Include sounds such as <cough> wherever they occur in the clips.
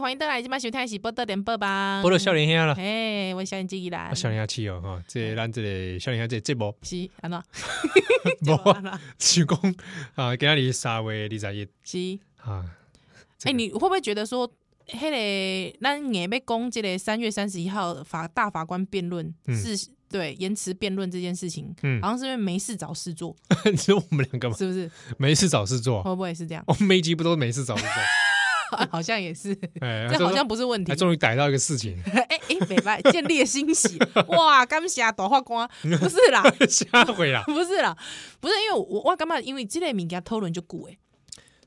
欢迎倒来，即摆收听的是报道点报吧。我都少年兄啦，啊嘿，我是少年机器啊人。少年兄气哦吼，这咱这个少年兄这个节目是 <laughs> 安怎？无无安怎？是讲啊，今仔日三月二十一是。啊，哎、 <laughs> 你会不会觉得说，迄、个咱硬被攻击的三月三十一号法大法官辩论、嗯是对延迟辩论这件事情，嗯好像是因为没事找事 <laughs> 做，你说我们两个嘛，是不哦是？没事找事做，哦会不会是 <laughs> 这样？我们每一集不都是没事找 <laughs> 事做？好像也是，哎，这就好说像不是问题还。终于逮到一个事情， <laughs> <laughs> 哎哎，北拜建立了欣喜，哇，感谢大法官， <laughs> 不是啦，吓啊 <laughs> 回啦，不是啦，不是，因为我我感觉因为这类物件讨论就久诶，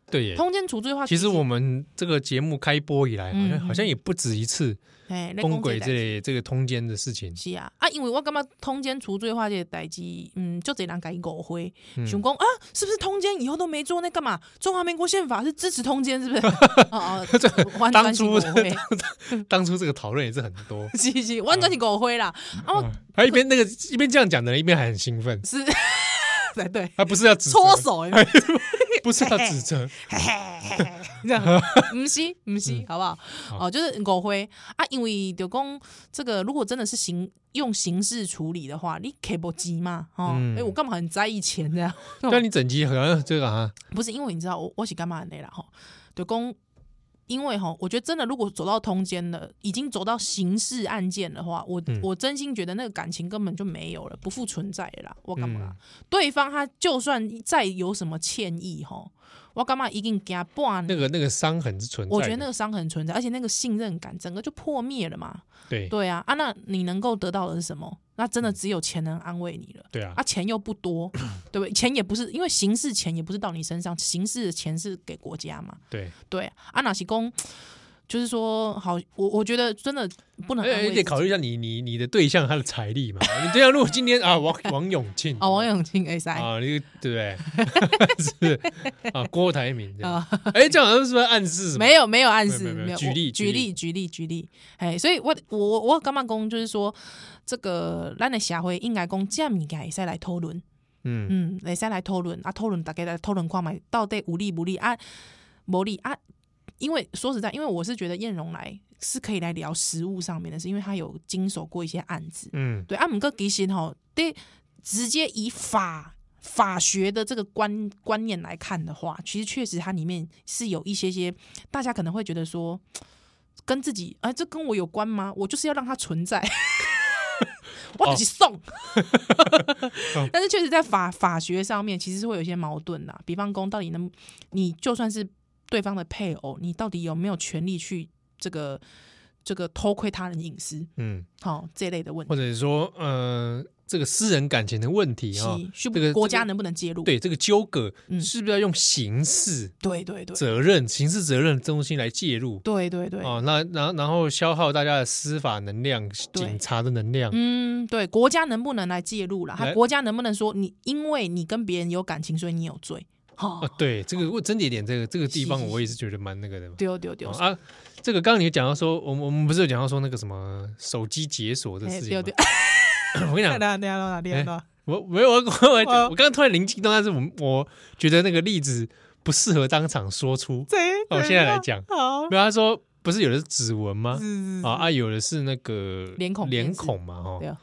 对耶。通奸除罪化，其实我们这个节目开播以来，好像嗯嗯好像也不止一次哎，咧公讲鬼这个这代类这个通奸的事情志。是啊，啊，因为我感觉通奸除罪化这个代志，嗯，就这人家误会。嗯想讲啊，是不是通奸以后都没做那干嘛？中华民国宪法是支持通奸，是 <laughs> 不是？哦哦，完当全是初误会，嗯当初这个讨论也是很多， <laughs> 是是，完全是误会啦。啊，我他一边那个一边这样讲的人，一边还很兴奋，是，嗯对对，他不是要指责，搓手有没有，哎不是要指责，嘿嘿嘿嘿这 <laughs> 样，不是不是，好不好？嗯好哦，就是误会啊，因为就讲这个，如果真的是刑用刑事处理的话，你 c a b 机嘛，哦嗯，哎，我干嘛很在意钱这样？但你整集好像这个啊，不是因为你知道我我是干嘛的啦吼，就讲因为吼，我觉得真的如果走到通奸了，已经走到刑事案件的话，我、嗯我真心觉得那个感情根本就没有了，不复存在了啦。我干嘛、嗯对方他就算再有什么歉意吼，我干嘛一定给他断那？个那个伤痕是存在的，我觉得那个伤痕存在，而且那个信任感整个就破灭了嘛。对对啊，啊，那你能够得到的是什么？那真的只有钱能安慰你了。对啊啊，，钱又不多，对不对？钱也不是因为刑事钱也不是到你身上，刑事的钱是给国家嘛，对，对。啊，哪些公就是说，好，我我觉得真的不能安而慰且哎得考虑一下你你你的对象他的财力嘛， <laughs> 你对象如果今天 <laughs> 啊王王永庆啊、哦，王永庆 S I 啊，你对 <laughs> 不 <laughs> 对？是啊，郭台铭这样，啊，哎，这样好像是不是暗示什么？没有没有暗没示，有没有没没有有举例我举举例例举例举例，哎，所以我我我我干嘛讲就是说，这个咱的社会应该讲这样物件会使来讨论。嗯，嗯，会使来讨论啊，讨论大家来讨论看嘛，到底有利无利啊，无利啊。因为说实在，因为我是觉得燕荣来是可以来聊食物上面的事，因为他有经手过一些案子。嗯对啊，姆哥其实吼，对，直接以法法学的这个观观念来看的话，其实确实它里面是有一些些大家可能会觉得说，跟自己哎、这跟我有关吗？我就是要让它存在。 <laughs> 我只是送，但是确实在法法学上面，其实是会有一些矛盾啦。比方公到底能，你就算是对方的配偶，你到底有没有权利去这个这个偷窥他人隐私？嗯，好、这类的问题或。者是说呃，这个私人感情的问题啊，是，需这个不国这家个能不能介入？对这个纠葛嗯是不是要用刑事对对对责任、刑事责任中心来介入？对对对，哦，那然后然后消耗大家的司法能量、警察的能量，嗯，对，国家能不能来介入了？来他国家能不能说你因为你跟别人有感情，所以你有罪？哈、啊，对这个我真节点这个这个地方，是是我也是觉得蛮那个的嘛。丢丢丢，哦啊，这个刚刚你讲到说，我们我们不是有讲到说那个什么手机解锁的哎事情吗丢丢， <laughs> <laughs> 我跟你讲，哪哪哪哪哎哪？我没有我我我哦我刚刚突然灵机一动，但是我我觉得那个例子不适合当场说出。对，哦，现在来讲，好，没有他说不是有的是指纹吗？是啊啊，有的是那个嗯脸孔脸辨识孔嘛，哈，对啊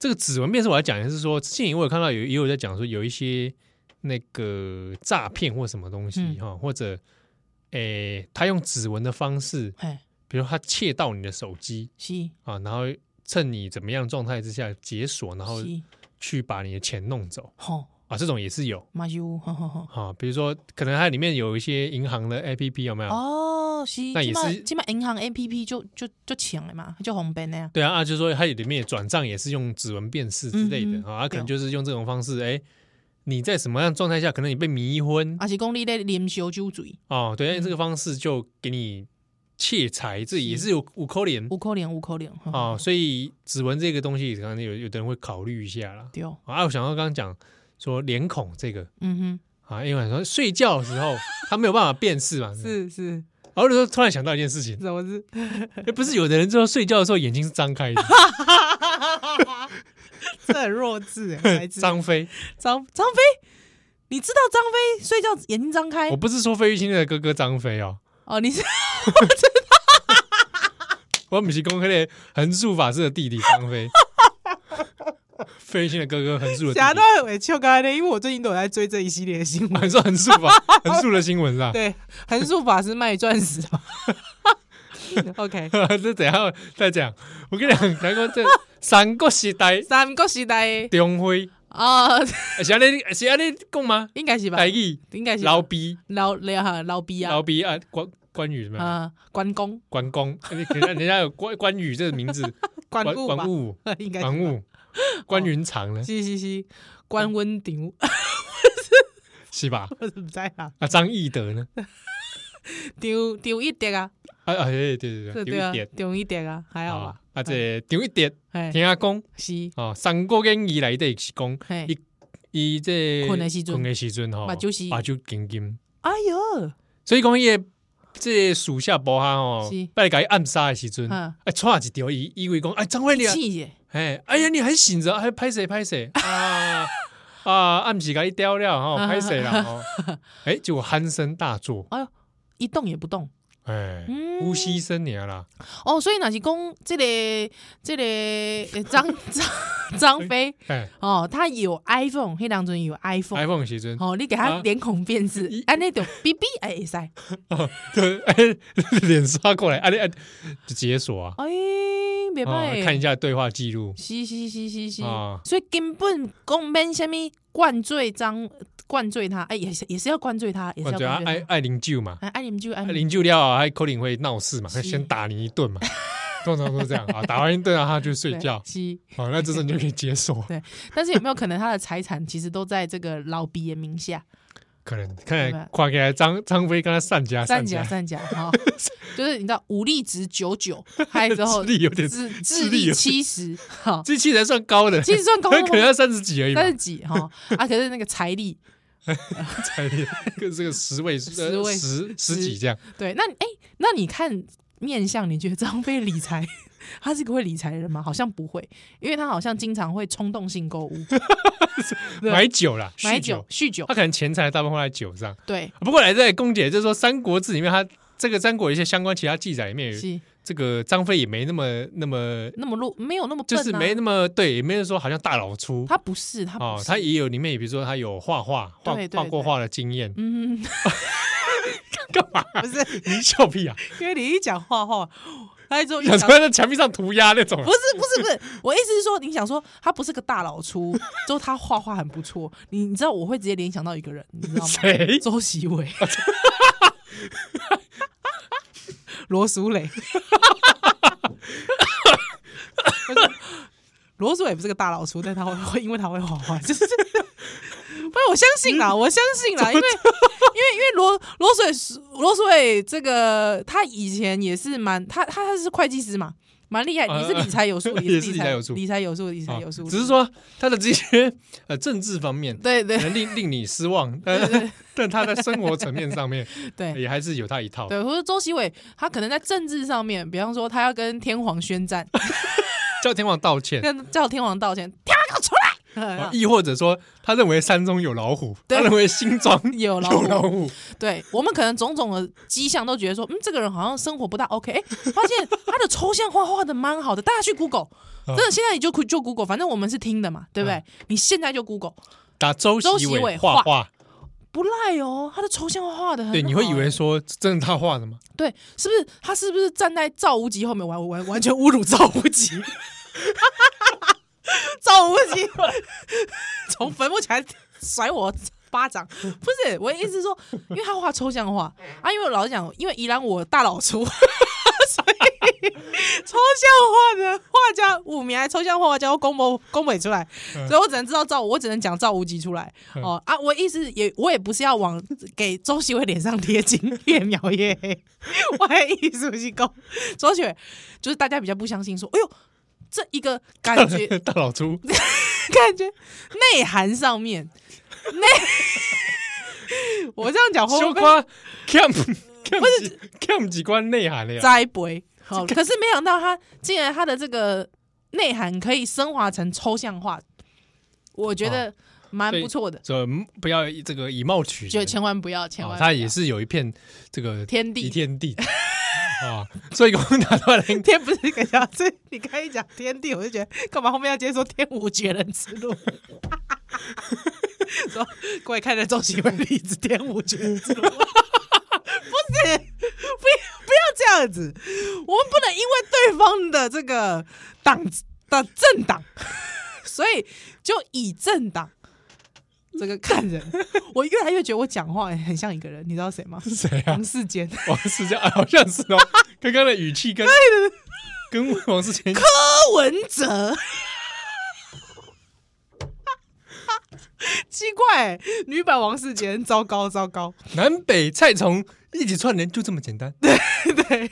这个指纹辨识，我要讲的是说，之前我有看到有也有在讲说有一些那个诈骗或什么东西嗯哈、或者诶、他用指纹的方式，哎，比如他窃盗你的手机是啊，然后趁你怎么样状态之下解锁，然后是，去把你的钱弄走吼，啊，这种也是有马修，吼吼吼， <laughs> 啊，比如说可能它里面有一些银行的 APP 有没有？哦，是，那也现在是现在银行 A P P 就就就抢了嘛，就红本那样，对啊，啊，就是说它里面也转账也是用指纹辨识之类的嗯哼啊，啊可能对就是用这种方式，哎、你在什么样的状态下，可能你被迷昏而且公啊你咧啉烧酒醉，哦，对，哎嗯这个方式就给你窃财，这也是有五扣脸五扣零五扣零，吼哦，，所以指纹这个东西可能有有的人会考虑一下啦。丢，啊，我想到刚刚讲说脸孔这个嗯啊，因为说睡觉的 <laughs> 时候他没有办法辨识嘛，哼，是。是是，然后我就突然想到一件事情，怎么是？哎不是有的人之后睡觉的时候眼睛是张 <laughs> 开的， <laughs> 这很弱欸智哎，孩子张张飞，张张飞，你知道张飞睡觉眼睛张开我不是说费玉清的哥哥张飞哦，哦？你是我不是公开的横竖法师的弟弟 <laughs> 张飞，费玉清的哥哥横竖的弟想弟到，很笑刚才的，因为我最近都有在追这一系列的新闻。啊你说横竖 <laughs> 法横竖的新闻是吧？对，横竖法师卖钻石嘛。OK，这等一下再讲。我跟你讲，南哥这三国时代 <laughs> 三国时代中辉，啊、呃是安尼是安尼讲吗？应该是吧台？语应该是吧哎老逼老老哈老逼啊老，逼啊，关关羽什么？啊，关公关公，人家人家有关关羽这个名字， <laughs> 关关公吧关，雾，应该是吧。关哦哦雾，关云长呢？是是是，关温鼎，是吧？ <laughs> 我怎么知啊？啊，张翼德呢？丢丢一点啊，啊啊，对对对对，对丢一啊点，，丢一点啊，还好啊吧？啊，这丢一点，哎，听阿公是，啊，三国演义来的是讲，嘿一，伊这困的时阵困的时阵吼，目睭是目睭金金，哎呦，所以讲伊的这个属下部下吼是，拜甲伊暗杀的时阵，嗯哎，踹一条伊，以为讲，哎，张惠啊良，气耶，哎，哎呀，你还醒着，还拍谁 <laughs> 拍谁啊啊！暗时给你雕了啊哈，拍谁 <laughs> 了哦？哎，结果鼾声大作，哎呦，一动也不动。哎，嗯呼吸声年啦，哦，所以若是讲这个这个呃张 <laughs> 张张飞哎哦，他有 iPhone，迄当阵有 iPhone， ，iPhone 时阵，哦，你给他啊脸孔辨识一，安尼就 B B 哎会使，哦对， <laughs> 哎，脸刷过来，哎哎，就解锁哦啊，哎，袂啊歹，看一下对话记录，是是是是是，啊所以根本讲免什么灌醉张灌醉他，哎，也是也是要灌醉他，也是或要者灌哦啊爱醉爱灵柩嘛，他。哎，爱你们就爱爱你们，灵柩了啊，还口令会闹事嘛，是先打你一 <laughs> 顿嘛，通常都是这样啊，打完一顿啊，他就睡对觉，是，好，那这时候你就可以解锁，但是有没有可能他的财产其实都在这个老毕的名下？可能看对来吧跨起来，张张飞跟他散家三家甲。三甲哈，就是你知道武力值九九，还有之后智力有点智智智力力有七十哈，这期才算高的，其实算高的可能要三十几而已吧三，十几哈啊，可是那个财力才哎跟这个十位数 <laughs> 呃十位十十几这样，对，那你哎、那你看面相，你觉得张飞理财，他是个会理财的人吗？好像不会，因为他好像经常会冲动性购物，对买酒啦，买酗酒、，酗酒他，可能钱财大部分花在酒上。啊对，不过来这里，龚姐就是说，《三国志》里面他这个三国一些相关其他记载里面，是这个张飞也没那么那么，那么弱，没有那么笨、就啊，是没那么对，也没有说好像大老粗他不是他不哦是，，他也有里面，比如说他有画画画对对画过对画的经验，嗯，不是，你 <laughs> 笑 <laughs> 屁啊！因为你一讲画画，他就一想讲说在墙壁上涂鸦那种啊不，是不是不是，我意思是说，你想说他不是个大老粗， <laughs> 就他画画很不错，你你知道我会直接联想到一个人，你知道吗？<laughs> <laughs> 谁？周习伟，罗淑蕾。罗素也不是个大老粗，但他会会，因为他会画画，就是，不然我相信啦，我相信啦，因为因为因为罗罗水是罗水这个他以前也是蛮他他他是会计师嘛，蛮厉害，呃也是理财 <laughs> 有数，也是理理财有数理财有数，理财啊有数，只是说他的这些 <laughs> 呃政治方面，对对可能令令你 <laughs> 失望，但 <laughs> 但他在生活层面上面对。也还是有他一套。对，或者周习伟，他可能在政治上面，比方说他要跟天皇宣 <laughs> 战，叫天王道歉，跟叫天皇道歉，天皇给我出啊来！亦或者说他认为山中有老虎，对他认为新庄嗯有老有虎，老虎，对我们可能种种的迹象都觉得说，嗯，这个人好像生活不大 OK。哎，发现他的抽象画画的蛮好的，大家去 <laughs> Google，真嗯的现在你就就 Google，反正我们是听的嘛，对不对？你现在就 Google，打周周习习伟伟画画画，不赖哦，他的抽象画画的很好对，你会以为哎说真的他画的吗？ <laughs> 对，是不是他是不是站在赵无极后面完完完全侮辱赵无极？ <laughs> 赵无极从坟墓起来甩我巴掌，不是我的意思是说，因为他画抽象画啊，因为我老实讲，因为宜兰我大 <laughs> 老粗，抽象画的画家五名，还抽象画画家都公布公布出来，嗯所以我只能知道赵，我只能讲赵无极出来嗯哦啊！我意思也，我也不是要往给周习伟脸上贴金，越描越黑。 <laughs> 我的意思是讲，周习伟就是大家比较不相信说，哎呦，这一个感觉大老粗，感觉内涵上面 <laughs> 内，我这哦样讲会羞不会夸 cam cam cam 几关内涵了呀？栽培？好，可是没想到他竟然他的这个内涵可以升华成抽象画，我觉得蛮不错的，哦所以嗯不要以这个以貌取就人，千万不要，千哦万不要他也是有一片这个天地一天地。 <laughs> 啊，所以讲拿出来天不是给讲，这你刚一讲天地，我就觉得干嘛后面要接说天无绝人之路。 <laughs> 说各位看着周喜文例子，天无绝人之路。不是，不不要这样子，我们不能因为对方的这个党的政党，所以就以政党这个看人。我越来越觉得我讲话很像一个人，你知道谁吗？是谁啊王？世坚。 <laughs> 王世坚、啊，好像是哦，刚刚的语气跟跟王世坚柯文哲。 <laughs> 奇怪、女版王世坚，糟糕糟糕，南北菜虫一起串联，就这么简单。对，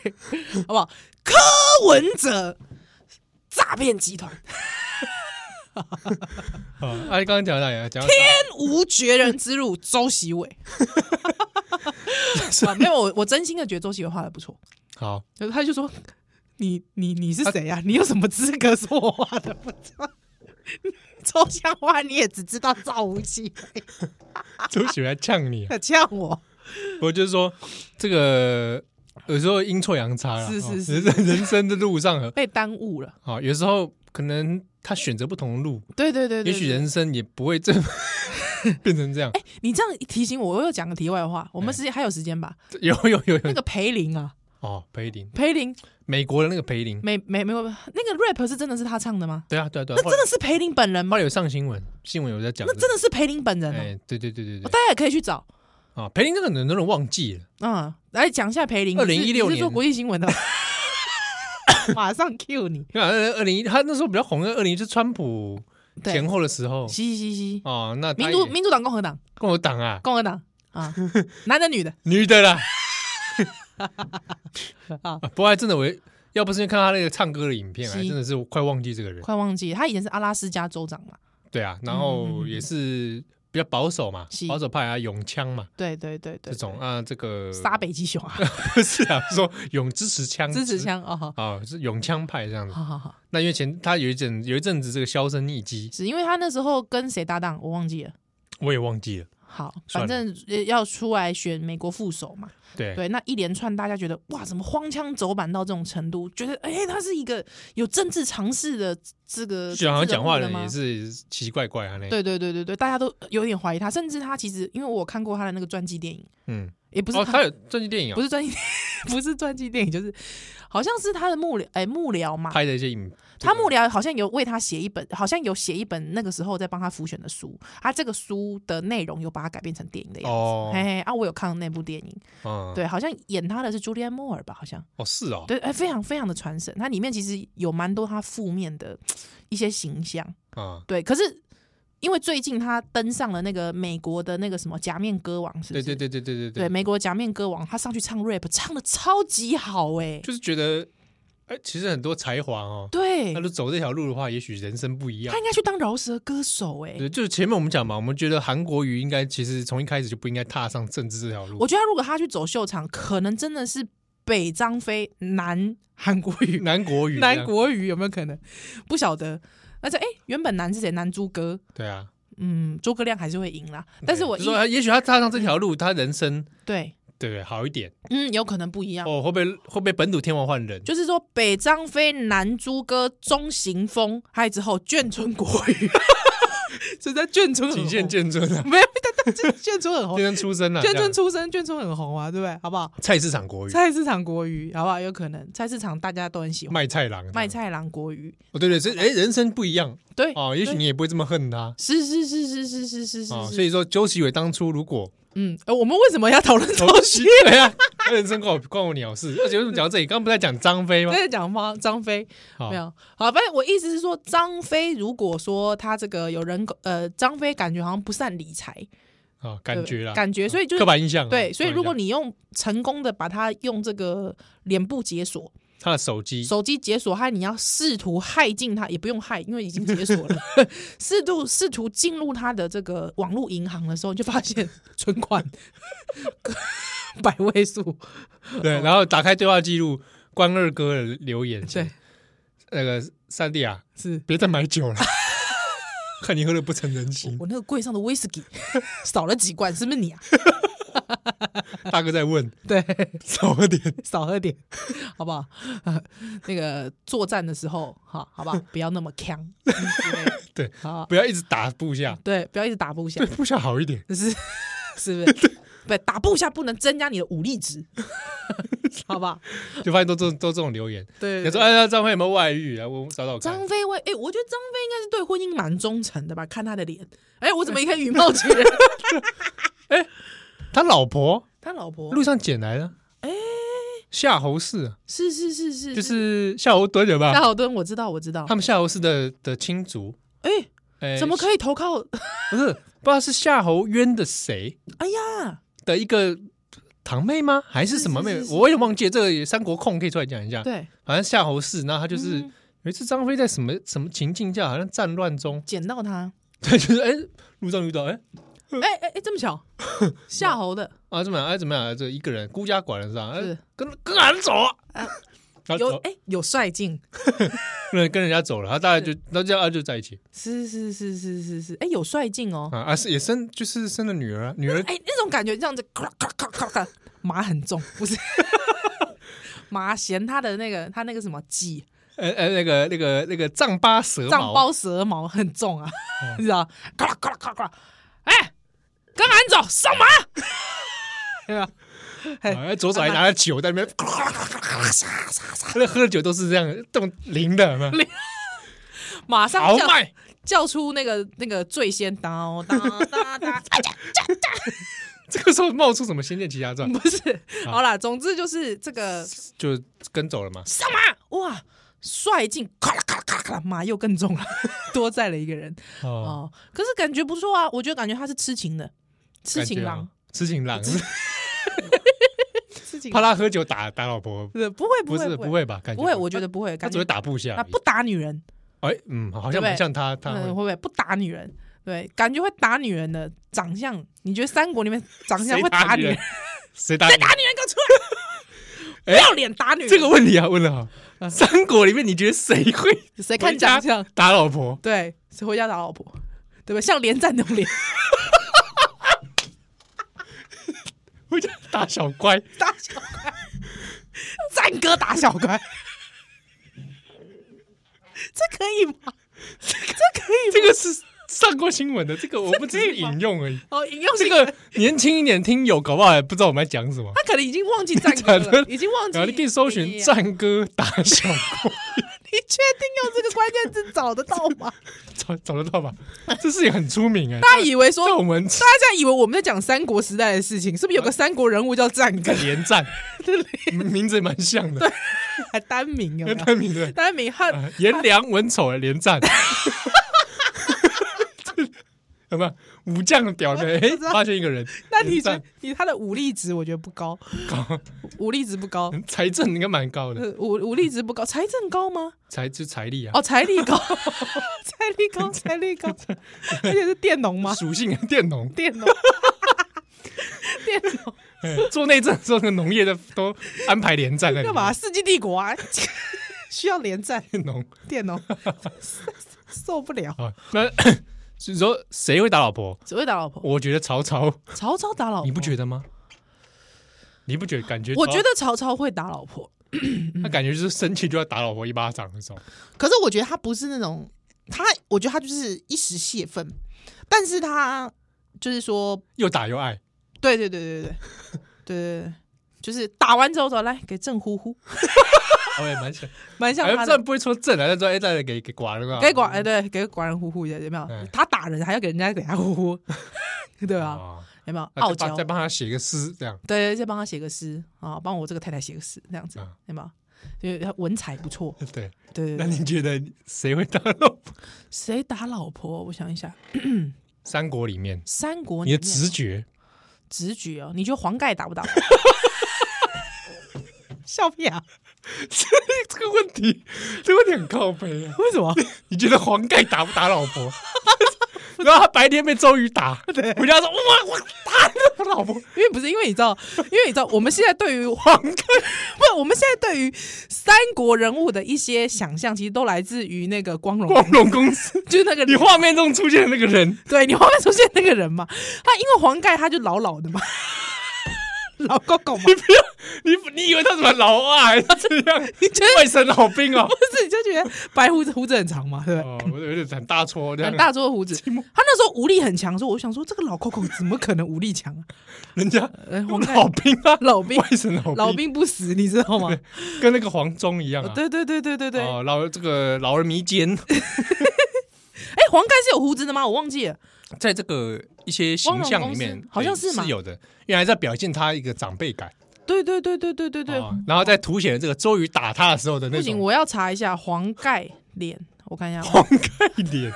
好不好？柯文哲诈骗集团，啊，啊，刚刚讲到哪里啊？讲到天无绝人之路，周习伟。 <laughs> 啊没有，我我真心的觉得周习伟画的不错，好，他就说：“你你你是谁呀、啊你有什么资格说我画的不错？ <laughs> 抽象画你也只知道赵无 <laughs> 极，周喜来呛你啊，呛我。”我就是说这个有时候阴错阳差啦，是是哦是人人生的路上啊被耽误了。啊，有时候可能他选择不同的路，对对对对哎也许人生也不会这么 <laughs> 变成这样。你这样一提醒我，我又讲个题外话。我们哎时间还有时间吧？有有有那有个裴林啊，哦，裴林，裴林美国的那个裴林，没没没有那个 rap 是真的是他唱的吗？对啊对啊对啊那，真的是裴林本人后吗？来有上新闻，新闻有在讲这那个，真的是裴林本人哦。哎，对对对对哦对，大家也可以去找，啊，裴林这个很多人忘记了，嗯，来讲一下裴林。 2016你是你是做年国际新闻的， <laughs> <laughs> 马上 Q 你。因为二零一他那时候比较红，二零一是川普对前后的时候嘻嘻嘻，哦，那他民也主民主党、共和党、共和党啊，共和党 <laughs> 啊，男的女的女的 <laughs> 啦，啊， <laughs> 啊不过还真的我也要不是因为看他那个唱歌的影片，是还真的是快忘记这个人。快忘记他以前是阿拉斯加州长嘛？对嗯啊，然后也是比较保守嘛是，保守派啊，永枪嘛对对对对，这种对啊，这个杀北极熊啊， <laughs> 不是啊，说永支持枪支持枪哦，好啊，是永枪派这样子。好好好。那因为前他有一阵有一阵子这个销声匿迹，是因为他那时候跟谁搭档，我忘记了。我也忘记了。好，算反了正呃要出来选美国副手嘛。对对，那一连串大家觉得哇，怎么荒腔走板到这种程度？觉得哎、他是一个有政治常识的这个，啊就好像讲话的人人也。是奇奇怪怪啊，那对对对对对，大家都呃有点怀疑他，甚至他其实因为我看过他的那个传记电影，嗯，也不是哦，他他有传记电影啊不，是传记， <laughs> 不是传记电影，就是好像是他的幕僚哎、幕僚嘛，拍的一些影，他幕僚好像有为他写一本，好像有写一本那个时候在帮他复选的书，啊，这个书的内容有把它改编成电影的样子。哦嘿嘿，啊，我有看那部电影，嗯，对，好像演他的是朱莉安·莫尔吧，好像哦是哦，对，哎，非常非常的传神。它里面其实有蛮多他负面的一些形象，啊，对。可是因为最近他登上了那个美国的那个什么假面歌王，是不对是？对对对对对对对，美国假面歌王，他上去唱 rap，唱的超级好哎、就是觉得，哎、其实很多才华哦，对那，如果走这条路的话，也许人生不一样他。应该去当饶舌歌手哎、对，就是前面我们讲嘛，我们觉得韩国瑜应该其实从一开始就不应该踏上政治这条路我。觉得如果他去走秀场，可能真的是北张飞南韩国瑜，南啊国瑜，南国瑜有没有可能？不晓得。而且哎，原本南是谁？南诸葛，对啊，嗯，诸葛亮还是会赢啦。但是我就一说他，也许他踏上这条路，他人生对，对不对好一点嗯，有可能不一样。哦，会不会会不会本土天王换人？就是说，北张飞、南诸葛、中行风，还有之后眷村国 <laughs> 语，是在眷村很仅限红眷村啊，没有，但但眷眷村很红 <laughs> 眷，村出身啊，眷这样哦村出身，眷村很红啊，对不对？好不好？菜市场国语，菜市场国语，好不好？有可能菜市场大家都很喜欢。卖菜郎，卖。菜郎国语，哦，对对，所以哎，人生不一样对哦，也许对你也不会这么恨他是是是是是是是哦。是所是，以说，周习伟当初如果嗯，呃，我们为什么要讨论 <laughs> 周西西？对啊，他 <laughs> 人生关我关我鸟事。而且为什么讲到这里？刚刚不是在讲张飞吗？哦在讲方张飞好没有好，反正我意思是说，张飞如果说他这个有人呃，张飞感觉好像不善理财，啊，感觉啦，对感觉，所以就是刻板印象啊。对，所以如果刻板印你用成功的把他用这个脸部解锁、象他的手机手机解锁，还你要试图害进他，也不用害，因为已经解锁 <laughs> 了，试图试图进入他的这个网络银行的时候，你就发现 <laughs> 存款百位数。哦对，然后打开对话记录，关二哥的留言，对，那个三弟啊， <laughs> 是别再买酒 <laughs> 了，看你喝的不成人我形。 <laughs> 我那个柜上的威士忌少了几罐，是不是你啊？大哥在问， <laughs> 对，少喝点。 <laughs> 少喝点，好不好？ <laughs> 呃那个作战的时候，哈，好不好？不要那么 <laughs> 呛，对，好，不要一直打部下，对，不要一直打部下对，部下好一点。是 <laughs> 是不是？不，打部下不能增加你的武力值， <laughs> 好不好？就发现都这都这种留言，对你说哎，那张飞有没有外遇？来，我找找看张。飞为，哎、我觉得张飞应该是对婚姻蛮忠诚的吧？看他的脸，哎、我怎么一看羽 <laughs> 毛球人？他老婆他老婆路上捡来的，哎，夏侯氏是是是是，就是夏侯惇，有没夏有？侯惇，我知道我知道他，们夏侯氏的的亲族，哎、哎，怎么可以投靠？不是？不知道是夏侯渊的谁哎呀，的一个堂妹吗？还是什么妹是妹是？是我有点忘记了。这个也三国控可以出来讲一下。对，反正夏侯氏，那他就是嗯有一次张飞在什么什么情境下，好像战乱中， <laughs> 捡到他，对，就是哎路上遇到哎哎哎哎，这么 <laughs> 巧，夏侯的。啊怎么样哎怎么样哎这一个人孤家寡人是吧？哎是跟跟俺走啊，然后有走哎、有帅劲，跟跟人家走了，他大概就那这样啊就在一起是是是是是是，哎、有帅劲哦，啊啊是也生就是生了女儿 <laughs> 啊，女儿哎、那种感觉这样子，咔咔咔咔 <laughs> 咔，马很重，不是 <laughs> 马嫌他的那个他那个什么戟呃呃那个那个那个丈八蛇藏矛包蛇矛很重啊， <laughs> 你知道？咔啦咔啦咔啦咔啦，哎、跟俺走，上马， <laughs> 对吧？啊，哎左手还拿着酒在那 <laughs> 边，那喝的酒都是这样动灵的，有没有马上豪叫迈 <laughs> 叫出那个那个醉仙，当当当当， <laughs> 哎呀这个时候冒出什么《仙剑奇侠传》，不是，好啦，总之就是这个就跟走了嘛。上马哇，帅劲，咔啦咔啦咔啦咔啦，马又更重了， <laughs> 多载了一个人哦，哦。可是感觉不错啊，我觉得感觉他是痴情的，痴情感觉郎啊，，痴情郎，痴情怕他喝酒打打老婆，对，不会不是会不不，会吧？感觉不会，我觉得不会，他感只觉会打部下他而已。不打女人，哎，嗯，好像对不对不像他，他嗯，会会不会不打女人？对，感觉会打女人的长相，你觉得三国里面长相 <laughs> 谁会打女人人？？谁打 <laughs> 谁人？打女人给我出 <laughs> 来！不要脸打女人，哎这个问题啊，问的好。三国里面，你觉得谁会谁回嗯看家长相？打老婆？对，谁回家打老婆？对不对？像连战那种 <laughs> 脸，回家打小 <laughs> 乖？打小怪，战哥打小怪， <laughs> 这可以吗？这可以吗？这个是上过新闻的，这个我们只 <laughs> 是引用而已。哦，引用这这个年轻一点听友，搞不好还不知道我们在讲什么。他可能已经忘记 <laughs> 战哥假的了，已经忘记。 <laughs> 然后你可以搜寻“战，战歌打小怪你确定用这个关键字找得到 <laughs> 吗？”，找找得 <laughs> 到吧？这事情很出名哎。大家以为说，在我大们家以为我们在讲三国时代的事情，是不是有个三国人物叫战哥，连战名字蛮像的，还单名有没 <laughs> 有？他名字单名他啊颜良文丑的连战， <laughs> 有没有武将屌的？哎，发现一个人，那你连觉战得你他的武力值我觉得不高，武力值不高，嗯财政应该蛮高的，呃武武力值不高，财政高吗？财就财力啊哦，，财力 <laughs> 高，财力高，财力高，而且是佃农吗？属性啊佃农，佃农，佃农哎做内政的时候，那个农业的都安排连战在里面干嘛？？世纪帝国啊， <laughs> 需要连战，佃农佃农受不了，啊，那 <coughs> 所以说谁会打老婆？只会打老婆。我觉得曹操，曹操打老婆，你不觉得吗？你不觉得感觉？我觉得曹操会打老婆，他感觉就是生气就要打老婆一巴掌那种。可是我觉得他不是那种他，我觉得他就是一时泄愤，但是他就是说，又打又 <laughs> 爱，对对对对对对对对，就是打完之后说来给正呼呼，我哦也蛮想，蛮像哎，他虽的。然不会说正来，但说哎，大家给给寡人啊，给寡哎对，给寡人呼呼一下，有没哎有？他打人还要给人家给他呼呼， <laughs> 对啊，啊，有没有？那傲再帮娇，再对帮他写个诗 <laughs> 这样。对，再帮他写个诗啊，帮我这个太太写个诗，这样子啊有没有？因为他文采不错，对，对对对。那你觉得谁会当老婆？谁打老婆？我想一下，三国里面，三国你里的面直觉， <laughs> 直觉哦，你觉得黄盖打不打？笑屁啊！这个问题，这个问题很靠背啊。为什么？你觉得黄盖打不打 <laughs> 老婆？然后他白天被周瑜打，回家说：“哇，我打我老婆因为不是因为你知道，因为你知道，我们现在对于黄盖。 <laughs> 不，我们现在对于三国人物的一些想象，其实都来自于那个光”荣，光荣公司，就是那个你画面中出现的那个人， <laughs> 对你后面出现那个人嘛，他因为黄盖他就老老的嘛，老公公嘛，你你以为他什么老啊？还是这样 <laughs> 你觉得外省老兵哦？不是？你就觉得白胡子胡子很长嘛，对不对？ <laughs> 哦，我有点很大撮这样很，哎大撮的胡子，他那时候无力很强，所以我想说，这个老 Coco 怎么可能无力 <laughs> 强啊？人家哎呃，黄盖老兵啊，老兵外省老老兵不死，你知道吗？跟那个黄忠一样哦啊。对对对对对对。哎，哦，老这个老而弥坚，哎黄盖是有胡子的吗？我忘记了。在这个一些形象里光荣面公，司好像是嘛是有的，因为还在表现他一个长辈感，对对对对对对对。哦然后在凸显这个周瑜打他的时候的不那行，种我要查一下黄盖脸，我看 <laughs> 一下黄盖脸。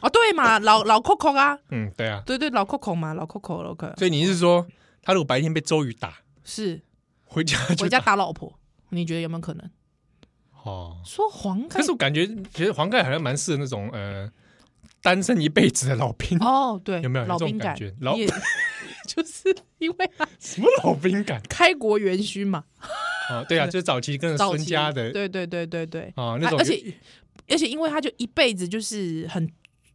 哦，对嘛，老老 Coco 啊，嗯，对啊，对对，老 Coco 嘛，老 Coco 老 Coco 所以你是说，他如果白天被周瑜打，是回家就回家打老婆，你觉得有没有可能？哦？说黄盖可是我感觉，觉得黄盖好像蛮适合那种呃单身一辈子的老兵，哦，对，有没有老这种兵感觉 <laughs> 老也 <laughs> 就是因为他 <laughs> 什么老兵感开国元勋嘛，啊？对啊，就是早期跟着早孙期家的对对对对对，啊那啊种，而且而且因为他就一辈子就是很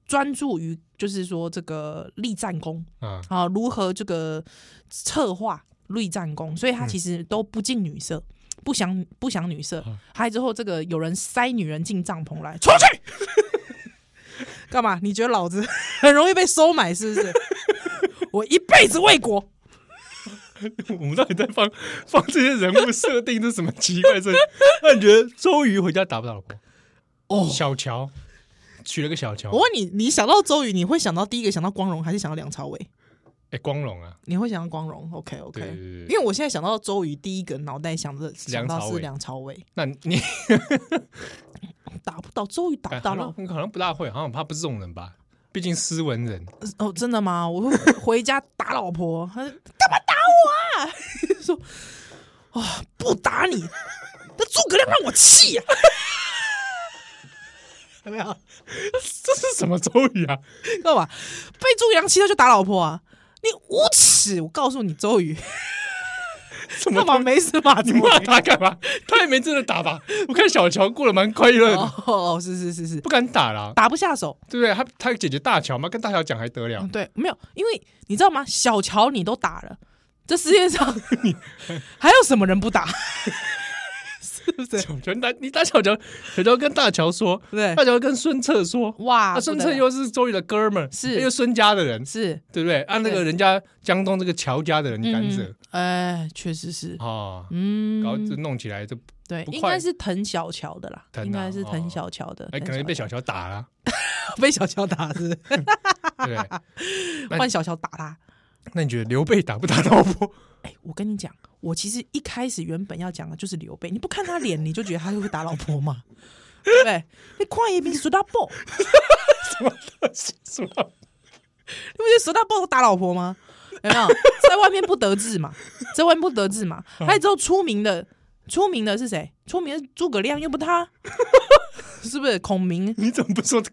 专注于就是说这个立战功啊啊，如何这个策划立战功，所以嗯他其实都不近女色。不想不想女啊色，还之后这个有人塞女人进帐篷来，出去 <laughs> 干嘛？你觉得老子很容易被收买是不是？我一辈子为国， <laughs> 我们到底在放 <laughs> 放这些人物设定 <laughs> 是什么奇怪事？那你觉得周瑜回家打不打老婆？哦小乔娶了个小乔我，问你，你想到周瑜，你会想到第一个想到光荣，还是想到梁朝伟？哎，光荣啊，你会想到光荣？OK OK，对对对因为我现在想到周瑜，第一个脑袋想的想到梁朝是伟梁朝伟，那你打不到周瑜， <laughs> 打不好到像了。好像不大会，好像怕不是这种人吧？毕竟斯 <laughs> 文人，哦，真的吗？我会回家打老婆， <laughs> 他说干嘛打我啊？ <laughs> 说哇，不打你，那诸葛亮让我气呀、 <laughs> 有没有？这是什么周瑜啊？干嘛？被诸葛亮气到就打老婆啊？你无耻！我告诉你，周 <laughs> 瑜什么干嘛没事骂 <laughs> 你周瑜？骂他干嘛？他也没真的打吧？我看小乔过得蛮快乐的，哦，哦是是是是，不敢打啦，打不下手。对不对？他他姐姐大乔嘛，跟大乔讲还得 <laughs> 了嗯？对，没有，因为你知道吗？小乔你都打了，这世界 <laughs> 上还有什么人不 <laughs> 打？是不是？小乔，你打你打小乔，小乔跟大乔说，对大乔跟孙策说，哇，啊，孙哎不策得了又是周瑜的哥们儿，是又孙家的人，是，对不对？按那个对人家江东这个乔家的人嗯甘蔗哎，确实是，啊，嗯，搞这弄起来就对，不应快该是滕小乔的啦，藤啊应该是哦滕小乔的，哎，藤可能被小乔乔打 <laughs> 了，被小乔打是不是？对不对？ <laughs> 那换小乔打他。那你觉得刘备打不打老 <laughs> 婆？哎，我跟你讲，我其实一开始原本要讲的就是刘备，你不看他脸，你就觉得他会打老婆嘛， <laughs> 对不对？你看一比苏大爆，你是吧？不觉得苏大爆都打老婆吗？有没 <laughs> 有在外面不得志嘛，在外面不得志嘛，还有之后出名的，出名的是谁？出名的是诸葛亮，又不他， <laughs> 是不是？孔明，你怎么不说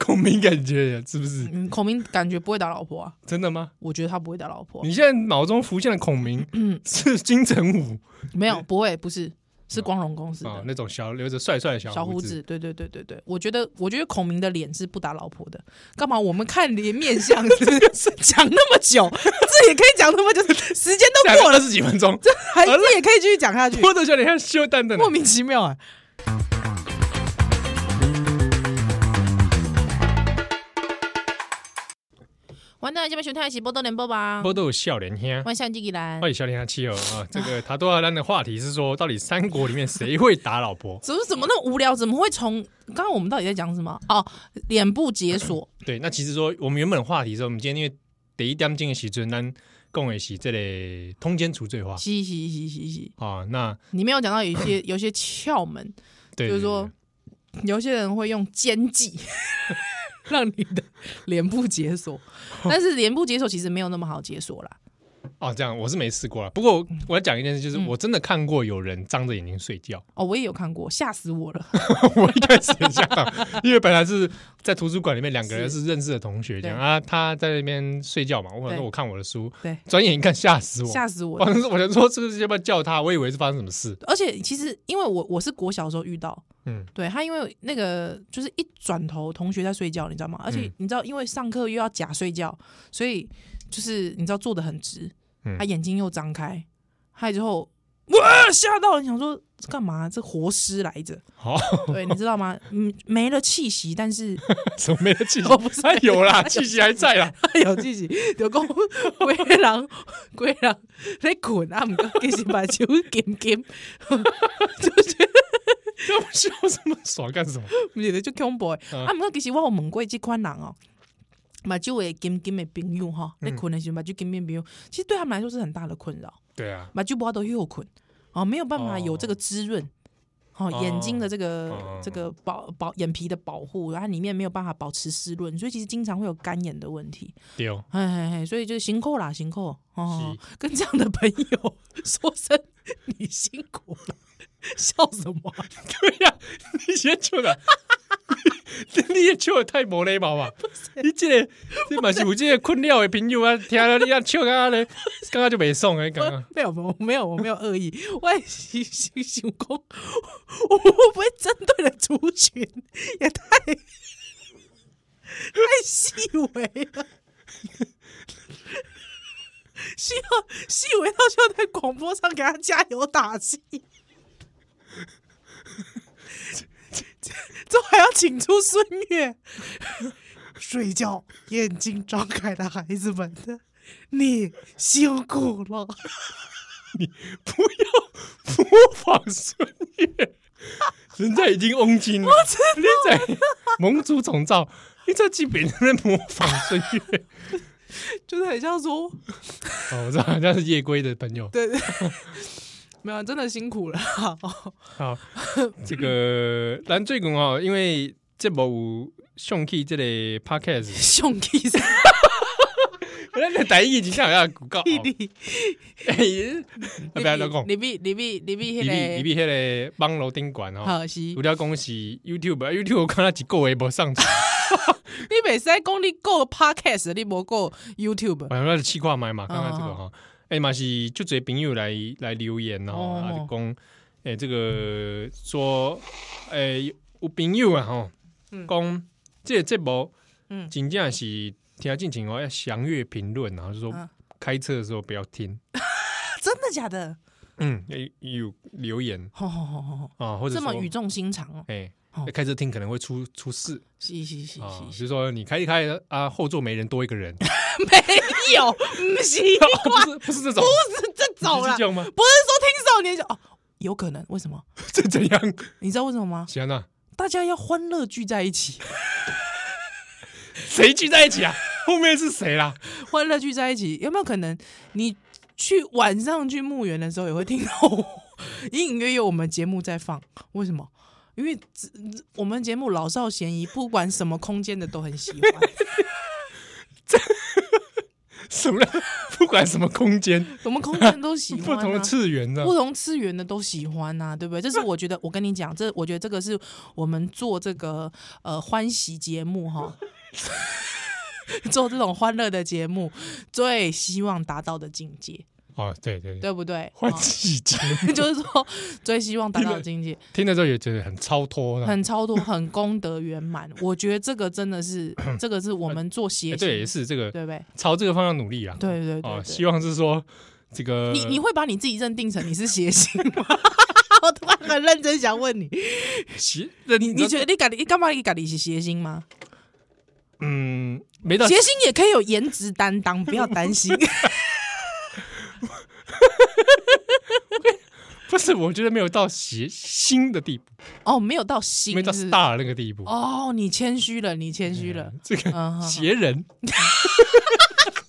孔明感觉呀？是不是嗯，孔明感觉不会打老婆啊，真的吗？我觉得他不会打老婆，你现在脑中浮现的孔明嗯是金城武没有，不会，不是，是光荣公司的。啊，那种小留着帅帅的小小嗯哦胡胡子，子，对对对对对，我觉得我觉得孔明的脸是不打老婆的，干嘛？我们看脸面相 <laughs> 是不是讲那么 <laughs> 久，这也可以讲那么久，时间 <laughs> 都过了十几分钟，还这也可以继续讲下去，波多小脸还羞蛋 <laughs> 蛋呢莫。名其妙啊！完蛋，这边熊太一起波多连播吧，波多哎有笑脸兄，万象季吉兰欢，迎笑脸兄七友啊！这个塔多阿丹的话题是说，到底三国里面谁会打老婆？ <laughs> 怎么怎么那么无聊？怎么会从刚刚我们到底在讲什么？哦，脸部解锁，对，那其实说我们原本的话题是，我们今天因为第一点进的时阵，咱共的是这类通奸除罪化嘻嘻嘻嘻嘻，啊。那里面有讲到有一些有一些窍门，对，就是说有些人会用奸计让你的脸部解锁， <laughs> 但是脸部解锁其实没有那么好解锁啦。哦，这样我是没试过了。不过我要讲一件事，就是我真的看过有人张着眼睛睡觉，哦，我也有看过，吓死我了。 <laughs> 我一开始也吓到，因为本来是在图书馆里面两个人是认识的同学，这样对啊，他在那边睡觉嘛，我想对说我看我的书，对转眼一看吓死我，吓死我我了！想说我想说这是要不要叫他，我以为是发生什么事，而且其实因为我我是国小的时候遇到，嗯，对他因为那个就是一转头同学在睡觉，你知道吗？而且嗯你知道因为上课又要假睡觉，所以就是你知道坐的很直，嗯他眼睛又张开，他之后哇吓到了，你想说这干嘛？这活尸来着，好，对，你知道吗？嗯，没了气息，但 <laughs> 是怎么没有气息？ <laughs> 我不是哎有啦，气息还在啦。 <laughs> 有自己就讲鬼人 <laughs> 鬼人咧困啊，毋过其实目睭金金，要不笑这么爽干什么？毋是咧就恐怖诶。嗯啊，毋过其实我有问过即款人哦，目睭会金金诶朋友吼，嗯咧困诶时候目睭金金的朋友，其实对他们来说是很大的困扰，对啊，目睭无法度休困哦，没有办法有这个滋润。哦，哦眼睛的这个、哦这个保保眼皮的保护，然后里面没有办法保持湿润，所以其实经常会有干眼的问题。丢哎哎哎，所以就是辛苦啦，辛苦哦是，跟这样的朋友 <laughs> 说声你辛苦了，笑什么啊？ <laughs> 对呀，你先救的，你你也笑的太无礼貌吧？你这个你嘛是有这个困扰的朋友啊，听了你啊笑啊咧，刚刚就没送哎，刚刚没有，我没有，我没有恶意， <laughs> 我也是想想讲，我会不会针对的族群也太太细微了？ <laughs> 需要细微到需要在广播上给他加油打气， <laughs> 这还要请出孙悦。睡觉，眼睛张开的孩子们，你辛苦了。不要模仿孙悦，人家已经翁金了，你在盟主总召，你这基本在模仿孙悦。就是很像说，哦，我知道，人家是夜归的朋友。对，没有，啊真的辛苦了。 <laughs> 哦好，这个咱最近哦，因为这部有上去这类 podcast，兄弟三咱的台语真正有要广告。哦弟，哎， <laughs> 不要再讲，你比你比你比你比你那个，比迄个网络顶管哦。好是，你有了讲是 YouTube，YouTube 我看他一个月无上传，每次讲你够 podcast，你无够 YouTube <laughs> 我。想要试看卖嘛，看看这个嗯哦哈。哎嘛是就这朋友来来留言哦，哦啊就讲哎这个说哎有朋友啊吼，嗯讲这个节目嗯真正是听进前哦要详阅评论，然后就说嗯开车的时候不要听，真的假的？嗯，哎有留言吼吼吼吼吼，啊，或者这么说语重心长哦，哎哦开车听可能会出出事。是是是啊，是就是说你开一开啊，后座没人多一个人， <laughs> 没有，不是不是不是这种，不是这种是 <laughs> 啦，这样吗？不是说听少年就哦，有可能为什么？ <laughs> 这怎样？你知道为什么吗？行啊，大家要欢乐聚在一起，谁聚在 <laughs> 一起啊？后面是谁啦？欢乐聚在一起，有没有可能？你去晚上去墓园的时候，也会听到我隐隐约约我们节目在放，为什么？因为只我们节目老少咸宜，不管什么空间的都很喜欢。啊什么？不管什么 <laughs> 空间，我们空间都喜欢、不啊， <laughs> 同的次元的不同次元的都喜欢呐、对不对？这是我觉得，我跟你讲，这我觉得这个是我们做这个呃欢喜节目哈， <laughs> 做这种欢乐的节目，最希望达到的境界，哦，对对对，对不对？换季节， <laughs> 哦就是说，最希望达到的境界，听的时候也觉得很超脱哎的。很超脱，很功德圆满。 <laughs> 我觉得这个真的 <coughs> 是，这个是我们做哎协对，行，也是这个对不对？朝这个方向努力啊。对对对对哦，希望是说这个你你会把你自己认定成你是邪行 <laughs> 吗？我突然很认真想问你，其那你你觉得你敢你干嘛？你敢你是邪行吗？嗯，没到谐星也可以有颜值担当，不要担心。 <laughs> 不是，我觉得没有到邪新的地步，哦，没有到星没有到是不是 star 那个地步。哦，你谦虚了，你谦虚了。这个嗯，好好邪人 <laughs>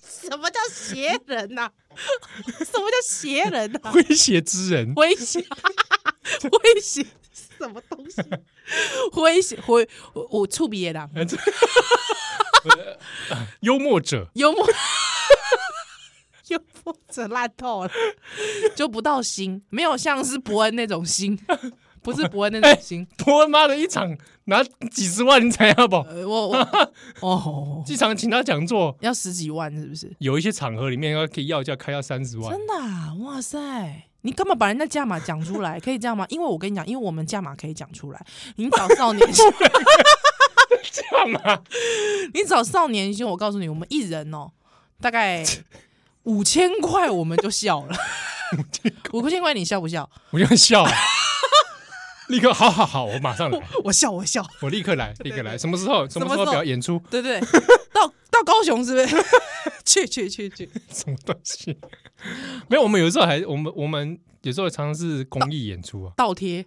什么叫邪人啊 <laughs> 呐、什么叫邪人呐、诙谐啊之人，诙谐，诙谐，什么东 <laughs> 西？诙谐，诙我我触鼻也狼， <laughs> 哎这呃幽默者，幽 <laughs> 默又或者烂透了。就不到星，没有像是伯恩那种星，不是伯恩那种 <laughs> 星。 <laughs> 他妈的一场拿几十万，你才要不？呃，我我哦，这场请他讲座，要十几万是不是？有一些场合里面要可以要价开到三十万真，的、啊，哇塞！你干嘛把人家价码讲出来？可以这样吗？因为我跟你讲，因为我们价码可以讲出来。你找少年 <laughs> 兄，干嘛？ <laughs> 你找少年兄，我告诉你，我们一人哦，大概五千块我们就笑了，五千块你笑不笑？我就笑， <laughs> 立刻好好好，我马上来， <laughs> 我笑，我笑，我立刻来，立刻来，什么时候什么什时么时候候表演出 <laughs> 对不对？ <laughs> 到到高雄是不是？ <laughs> 去去去去，什么东西？没有，我们有时候还我们我们有时候常常是公益演 <laughs> 出啊，倒贴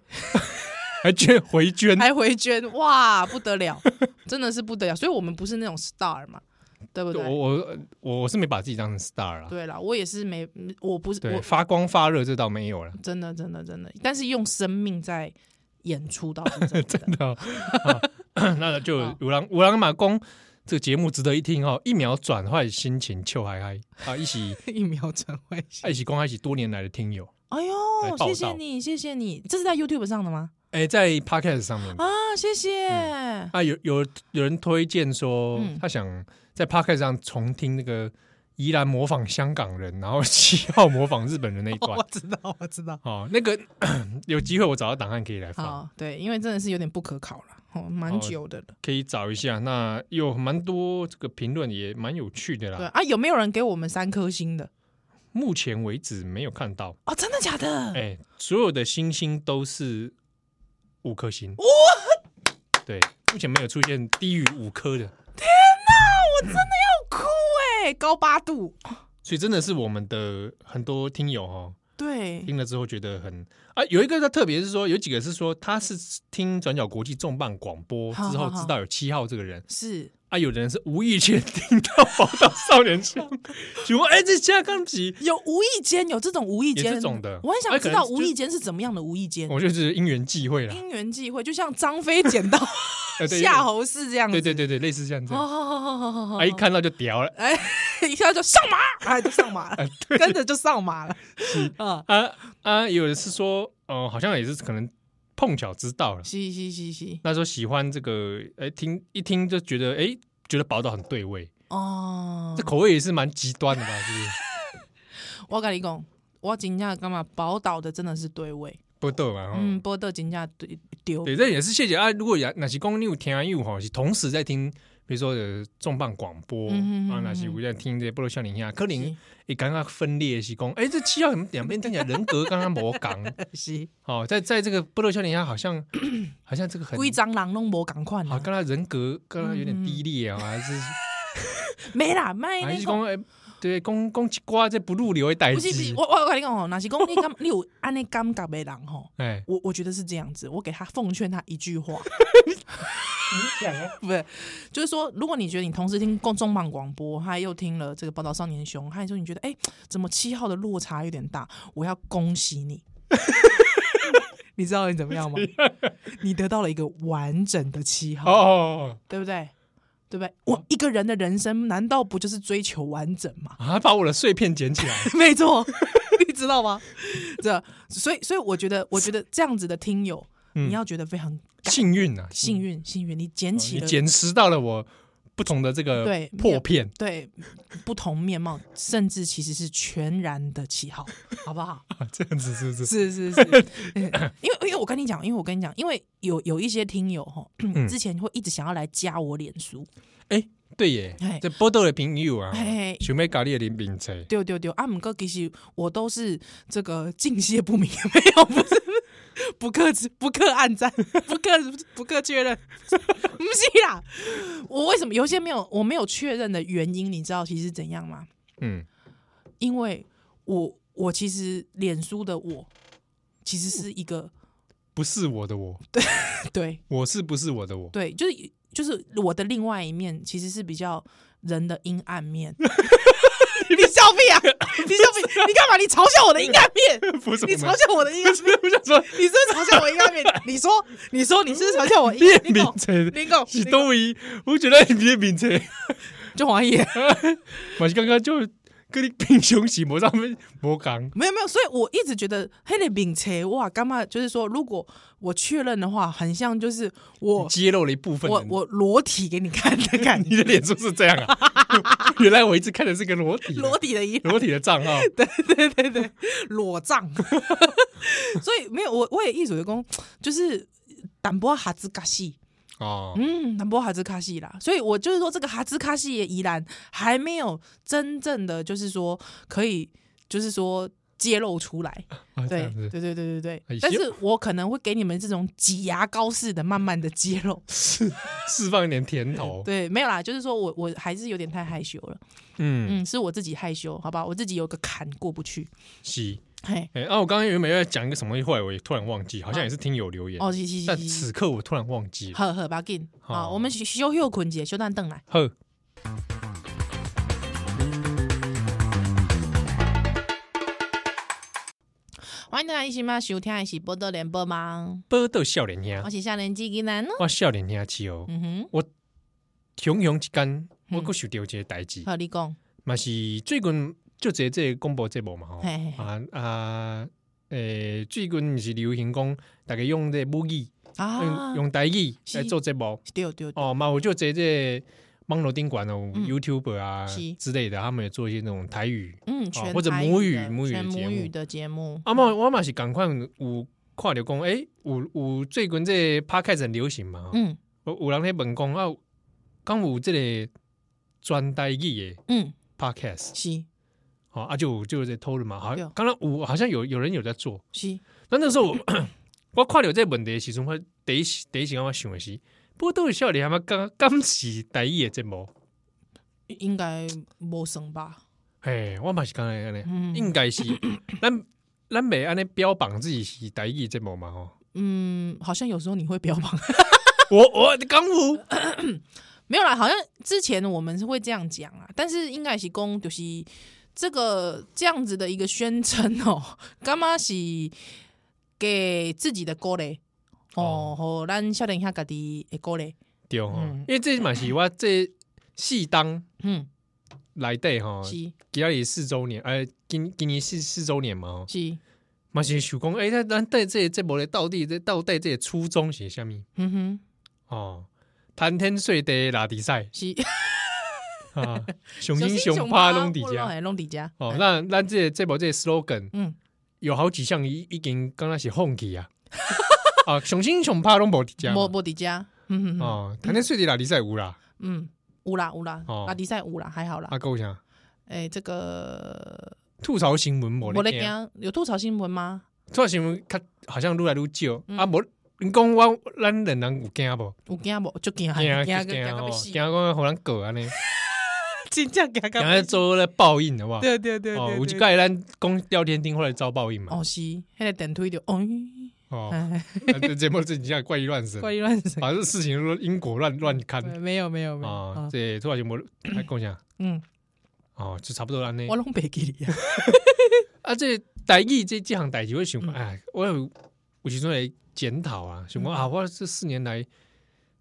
还捐回捐，还回捐，哇，不得了，真的是不得了。所以我们不是那种 star 嘛，对不我对？我我我是没把自己当成 star 啦，对啦，我也是没，嗯我不是啊对，我发光发热这倒没有了，真的真的真的，但是用生命在演出到是真的。 <laughs> 真 <laughs> 的哦。 <coughs> 好那就好五郎五郎马公这个节目值得一听哦，一秒转换心情，秋嗨嗨啊，一起 <laughs> 一秒成为笑一起公开一起多年来的听友， <laughs> 哎来呦，报谢谢道你，谢谢你，这是在 YouTube 上的吗？哎，在 podcast 上面啊，谢谢。啊，有有有人推荐说嗯他想在 podcast 上重听那个宜兰模仿香港人，然后七号模仿日本人那一 <laughs> 段我。知道，我知道。哦，那个 <coughs> 有机会我找到档案可以来放，好，对，因为真的是有点不可考了，哦，蛮哦久的了。可以找一下。那有蛮多这个评论也蛮有趣的对啦。啊，有没有人给我们三颗星的？目前为止没有看到，哦，真的假的？哎、所有的星星都是五颗星。对，目前没有出现低于五颗的，酷哎、高八度。所以真的是我们的很多听友哦，对，听了之后觉得很啊，有一个他特别是说，有几个是说他是听转角国际重磅广播好之后好好知道有七号这个人是啊，有的人是无意间听到宝岛少年兄， <laughs> 请问哎，这下刚集，有无意间有这种无意有间这种的我很哎想可知能道就无意间是怎么样的无意间。我就是因缘际会啦，因缘际会，就像张飞捡到呃对夏侯氏这样对子。对对对，类似像这哦，样，好好好好好好。啊，一看到就屌了哎，一下就上马， <laughs> 哎，就上马了， <laughs> 跟着就上马了。 <laughs> 啊，啊啊，有的是说，哦，好像也是可能碰巧知道了，嘻嘻嘻嘻，那时候喜欢这个，哎，听一听就觉得，哎，觉得宝岛很对味，哦这，口味也是蛮极端的吧，是不是？我跟你讲，我真正干嘛宝岛的真的是对味， <laughs> 不对嘛，嗯。嗯，波特真正对丢，对，这也是谢谢啊。如果也那是公有听友哈，是同时在听，比如说呃重磅广播、嗯哼啊，嗯哼那是我在听这些波罗笑林啊下，可是能也刚刚分裂的是讲，哎、这七号怎么两边听起来人格刚刚磨港 <laughs> 是哦，在在这个波罗笑林下啊好像好像这个很规蟑螂拢无啊赶快好，啦，跟他人格跟他有点低劣啊， <laughs> 还是没啦，卖嗯还那个是讲。哎、对，公公鸡瓜这不入流的代不是不是志，我我我跟你讲哦，若是讲你感 <laughs> 你有安尼感觉的人吼，哎，我我觉得是这样子，我给他奉劝他一句话，讲啊， <laughs> 不是，就是说，如果你觉得你同时听公重磅广播，还又听了这个《报道少年兄》，还说你觉得哎、怎么七号的落差有点大？我要恭喜你， <laughs> 你知道你怎么样吗？你得到了一个完整的七号，哦对不对？对不对？我一个人的人生难道不就是追求完整吗？ <laughs> 啊，把我的碎片捡起来，没错， <laughs> 你知道吗？这，所以，所以我觉得，我觉得这样子的听友，嗯你要觉得非常幸运啊，幸运，幸运，嗯哦你捡起你了捡拾到了我不同的这个对破片，对不同面貌，甚至其实是全然的旗号，好不好？啊这样子是不是？ <laughs> 是是是，嗯因为因为我跟你讲，因为我跟你讲，因为有有一些听友哈，之前会一直想要来加我脸书，哎、对耶哎，这波多的朋友啊哎，想要搞你的林饼菜，丢丢丢啊！姆哥，其实我都是这个敬谢不明，没有不是不客气，不客暗赞，不客不客确认，不是啦。我为什么有些没有我没有确认的原因，你知道其实是怎样吗？嗯，因为我我其实脸书的我其实是一个不是我的我， <laughs> 对我是不是我的我？对，就是就是我的另外一面其实是比较人的阴暗 <laughs> 面。你笑屁 <laughs> 啊！你笑屁！你干嘛？你嘲笑我的阴暗 <laughs> 面？ <laughs> 不是我你们嘲笑我的阴暗面？ <laughs> 我想说，你是不是嘲笑我阴暗面？你说，你说，你是不是嘲笑我阴你暗的名面？字林狗，是都一，我觉得你的名字，就黄奕。我是刚刚就跟你平常时无啥物无讲，没有没有，所以我一直觉得黑的饼车哇，干嘛？就是说，如果我确认的话，很像就是我揭露了一部分我人。我裸体给你看的感 <laughs> 你觉，的脸是不是这样啊？ <laughs> 原来我一直看的是个裸体的裸体的一裸体的 <laughs> 账号，对对对对，裸 <laughs> 葬。所以没有我，我也一直就讲，就是淡薄哈子嘎西，哦，嗯，南波哈兹卡西啦，所以我就是说，这个哈兹卡西的宜兰还没有真正的就是说可以，就是说揭露出 <laughs> 来。啊这对样对子对对对对哎呦，但是我可能会给你们这种挤牙膏式的慢慢的揭露。释释放一点甜头，对，没有啦，就是说我我还是有点太害羞了，嗯，嗯，是我自己害羞，好吧，我自己有个坎过不去。是。嘿，哎、啊，我刚刚原本要讲一个什么东西，后来我也突然忘记，好像也是听友留言，哦，是是但哦是是，此刻我突然忘记了。好好吧，紧，好，好我们休休休困姐，休蛋凳来。呵，欢迎大家一起嘛收听的是波多联播吗？波豆笑脸兄我，是少年机器人哦。我笑脸兄气哦，嗯哼，熊熊之间，我嗯搁想到一个代志，好，你讲，嘛是最近就这这个广播节目嘛吼，嘿嘿嘿啊啊，诶、最近毋是流行讲大家用这母语、啊哦用，用台语来是做节目对对对，哦，嘛我就这这网络顶管哦、嗯 y o u t u b e 啊是之类的，他们也做一些那种台语嗯，全哦或者台母语语的母语全的节母目语的节目，啊，嘛我嘛是赶快有看着讲，诶、有有最近这 p o d 很流行嘛，嗯有有人咧问讲啊，刚有这个专台语的嗯， podcast 是哦，啊就有就有在讨论嘛，好对哦像，刚刚有好像有有人有在做，是，那那时候我 <coughs> 我看到这个问题的时阵，我第一时第一时间我想的是，不过都有笑脸还嘛刚刚是台语的节目，应该无算吧？嘿，我嘛是刚才安尼，嗯应 <coughs> 该是咱咱袂安尼标榜自己是台语的节目嘛吼。 <laughs> 嗯，好像有时候你会标榜，我我刚有没有啦，好像之前我们是会这样讲啊，但是应该是公就是这个这样子的一个宣称哦， <laughs> 干嘛是给自己的鼓励哦，和咱少年下家己的鼓励，对吼嗯，因为这嘛是我这四当嗯，来底吼，是今年四周年，哎，今今年四四周年嘛吼，是，嘛是想讲，哎，咱咱对这个节目咧到底这到底这个初衷是啥物嗯哼，哦，谈天说地的拉迪赛是， <laughs> 啊， <laughs> 雄鹰雄趴拢底家拢底家，哦，那咱这个节目这个 slogan 嗯，有好几项已已经刚开始放弃 <laughs> 啊，啊，雄鹰雄趴拢无底家无无底家，嗯嗯嗯哦，谈天说地拉迪赛有啦，嗯，有啦有啦哦，拉迪赛有啦，还好啦，啊，够啥？哎，这个吐槽新闻无我咧咧惊。惊有吐槽新闻吗？做新闻较好像愈来愈少、嗯啊，无你讲我咱人人有惊无？有惊无？就惊，惊哎惊惊到哦要，惊死讲互人告 <laughs> 安尼，真正惊惊到咧要死。做咧报应好不好？对对对哦，对有一对。届咱讲聊天厅后来遭报应嘛。哦是，迄个电推着，哦，哦， <laughs> 哎啊这节目自己下怪力乱神， <laughs> 怪乱 <laughs> 神。把这事情乱因果乱乱看没有没有没有，啊啊。这突然间无来哎讲啥？嗯，哦，就差不多安尼我。拢袂记你啊。啊，这代志这这项代志，我想嗯讲，哎，我有有时阵会检讨啊，想讲啊，我这四年来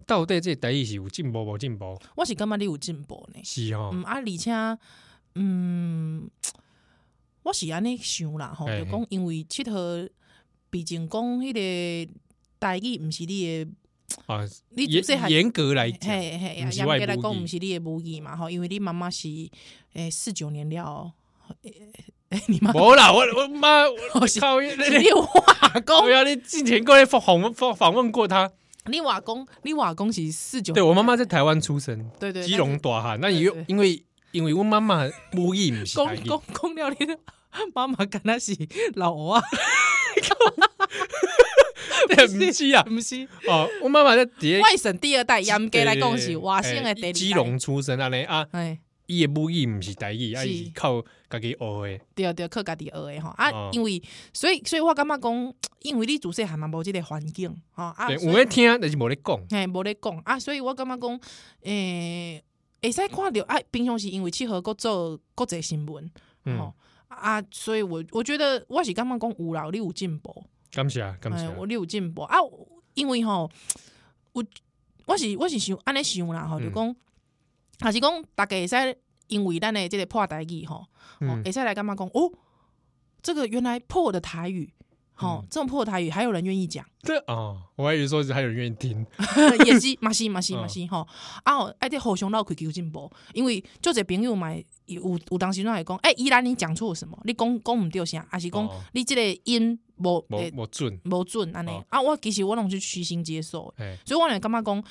到底这代志是有进步无进步？ <laughs> 我是感觉你有进步呢。是哦。嗯啊，而且嗯，我是安尼想啦吼，哎就讲因为佚佗，毕竟讲迄个代志毋是你的，啊，你严自细汉严格来讲，嘿嘿，不啊是严我的格来母讲语毋是你的母语嘛吼，因为你妈妈是诶四九年了 <laughs> 哦， <laughs> 诶、诶你妈无啦，我我妈，我我是靠，你 <laughs> 是你你外不公，要你之前过来访访访访问过她，你外公，你外公是四九，对我妈妈在台湾出生，对对，基隆大汉，那因对为因为因为我妈妈母语不是台公语，公公了你的妈妈敢那是老鹅 <laughs> 啊，对不是啊，不是哦，我妈妈在底下外省第二代，严格来讲是外省的第二诶代哎基，隆出生安尼啊，哎，伊的母语不是台语，啊，是伊是靠家己学的，对对，客家第二的吼哦啊，因为所以所以我感觉讲，因为你自细汉嘛无即个环境吼啊，对，所以有咧听，但是无咧讲，嘿，无咧讲啊，所以我感觉讲，诶、会使看着啊，平常时因为七合国做国际新闻，嗯哦啊，所以我我觉得我是感觉讲有啦，你有进步，感谢感谢哎，，我你有进步啊，因为吼，我我是我是想安尼想啦吼，就嗯讲，还是讲大家会使因为咱的即个破台语吼，哦嗯会使来感觉讲哦，这个原来破的台语。好、嗯这种破台语还有人愿 <laughs> 意讲，这哦，我还以为说是还有人愿意听，也是嘛是嘛嗯是嘛是吼。啊，哦，哎，这互相闹开求进步，因为就这朋友嘛，有有当时拢会讲，哎、依然你讲错什么？你讲讲毋对啥，还是讲哦你即个音无我诶我准，无准安尼、哦啊，我其实我拢是虚心接受的。哎，所以我会感觉讲，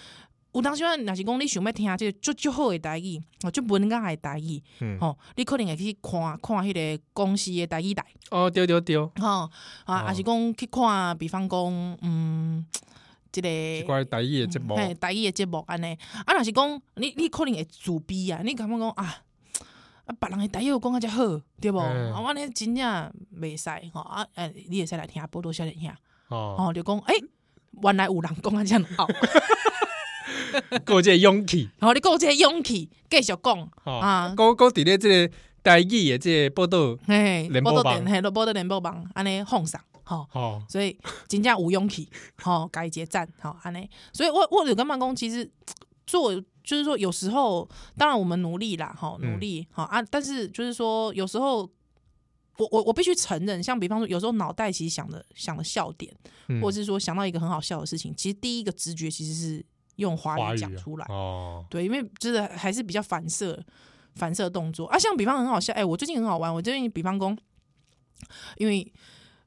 有当时啊，若是讲你想要听即个足足好的台语，哦，足文雅的台语，嗯吼、你可能会去看看迄个公司的台语台，哦，丢丢丢，吼、啊，哦还是讲去看，比方讲，嗯，即、奇个。怪，台语的节目，嘿，台语的节目安尼，啊，若是讲你你可能会自卑啊，你感觉讲啊，啊，别人的台语有讲啊遮好，对无、嗯啊，我呢真正袂使吼啊，诶、你会使来听报道少年兄，哦，吼、就讲诶、原来有人讲啊遮好。够啊这个勇气，然后你有这个勇气继续讲哦啊，够够伫咧这个台语的这个报道，嘿联，播报道网电嘿，报道联播网安尼奉上吼。哦，所以真正有勇 <laughs> 气，吼、改结赞，吼、安尼。所以我我有跟办公，其实做就是说，有时候当然我们努力啦，吼、嗯努力，好、啊，但是就是说，有时候我我我必须承认，像比方说，有时候脑袋其实想的想的笑点，嗯或者是说想到一个很好笑的事情，其实第一个直觉其实是用华华语语讲啊出来， <laughs> 哦，对，因为就是还是比较反射反射动作啊。像比方很好笑，哎、我最近很好玩，我最近比方公，因为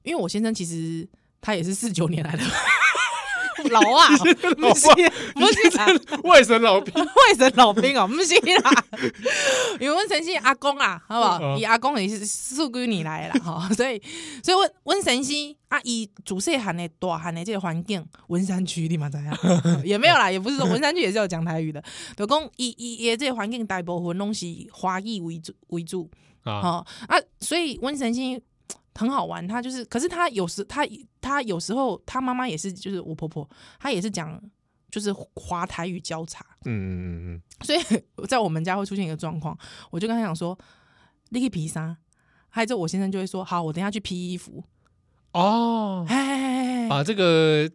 因为我先生其实他也是四九年来的老 <laughs> 啊，老不是不是啦， <laughs> 外省 <laughs> 老兵，外省老兵哦，不是啦，因为温神仙阿公啦，好不好？嗯伊、阿公也是四九年来的啦，哈， <laughs> 所以所以温温神仙啊，伊主细汉的大汉的这个环境，文山区你嘛知影， <laughs> 也没有啦，也不是说文山区也是有讲台语的，就讲伊伊伊的这个环境大部分拢是华裔为主为主。啊，哦啊，所以温神星很好玩，他就是，可是他有时他他有时候他妈妈也是，就是我婆婆，她也是讲就是华台语交叉，嗯嗯嗯所以在我们家会出现一个状况，我就跟他讲说，你可以披纱，还有之后我先生就会说，好，我等一下去披衣服，嗯，哦，哎哎哎哎哎把这个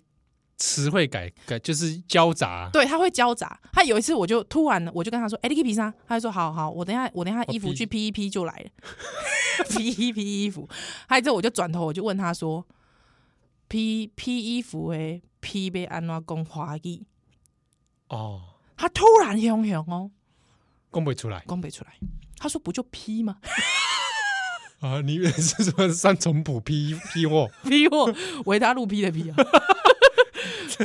词汇改改，就是交杂，对，他会交杂。他有一次，我就突然，我就跟他说：“哎、你可以披纱。”他就说：“好好，我等一下，我等一下衣服披去披一披就来了， <laughs> 披一披衣服。”还之后我就转头，我就问他说：“披披衣服诶，披被安怎讲华语哦，？”他突然凶凶哦，讲不出来讲不出来。他说：“不就披吗啊！你以为是说三重补批批货？？” <laughs> 披我维他露披的 <laughs> 披啊，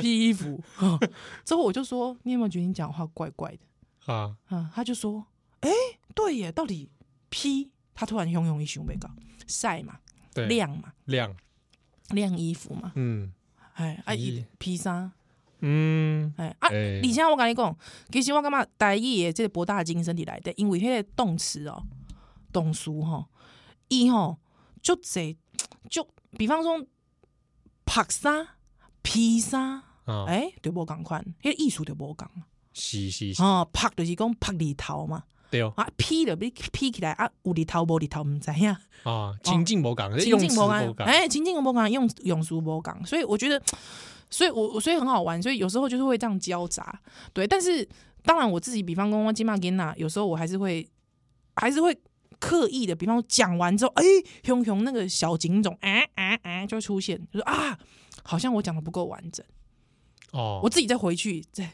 披衣服。哦之后我就说：“你有没有觉得你讲话怪怪的？”啊，嗯，他就说：“哎、对耶，到底 P？” 他突然汹涌一胸被告晒嘛，对，晾嘛，亮，晾衣服嘛，嗯哎，啊咦伊 P 衫，嗯，哎啊，哎而且我跟你讲，其实我感觉台语的这个博大精深里来的，因为迄个动词哦，动词吼，伊吼就这就，比方说拍衫、披衫，啊，哎、对无共款，迄、那个意思就无共是是是，哦，拍就是讲拍日头嘛。对哦，啊，劈了，你劈起来啊，有日头无日头，毋知影，啊，情境无讲，哦情用境词无无共，讲，哎，情境无共，用用词无共，所以我觉得，所以我所以很好玩，所以有时候就是会这样交杂，对，但是当然我自己，比方说我金马吉娜，有时候我还是会还是会刻意的，比方说讲完之后，哎，熊熊那个小警种，啊啊啊，就会出现，就说啊，好像我讲的不够完整，哦，我自己再回去再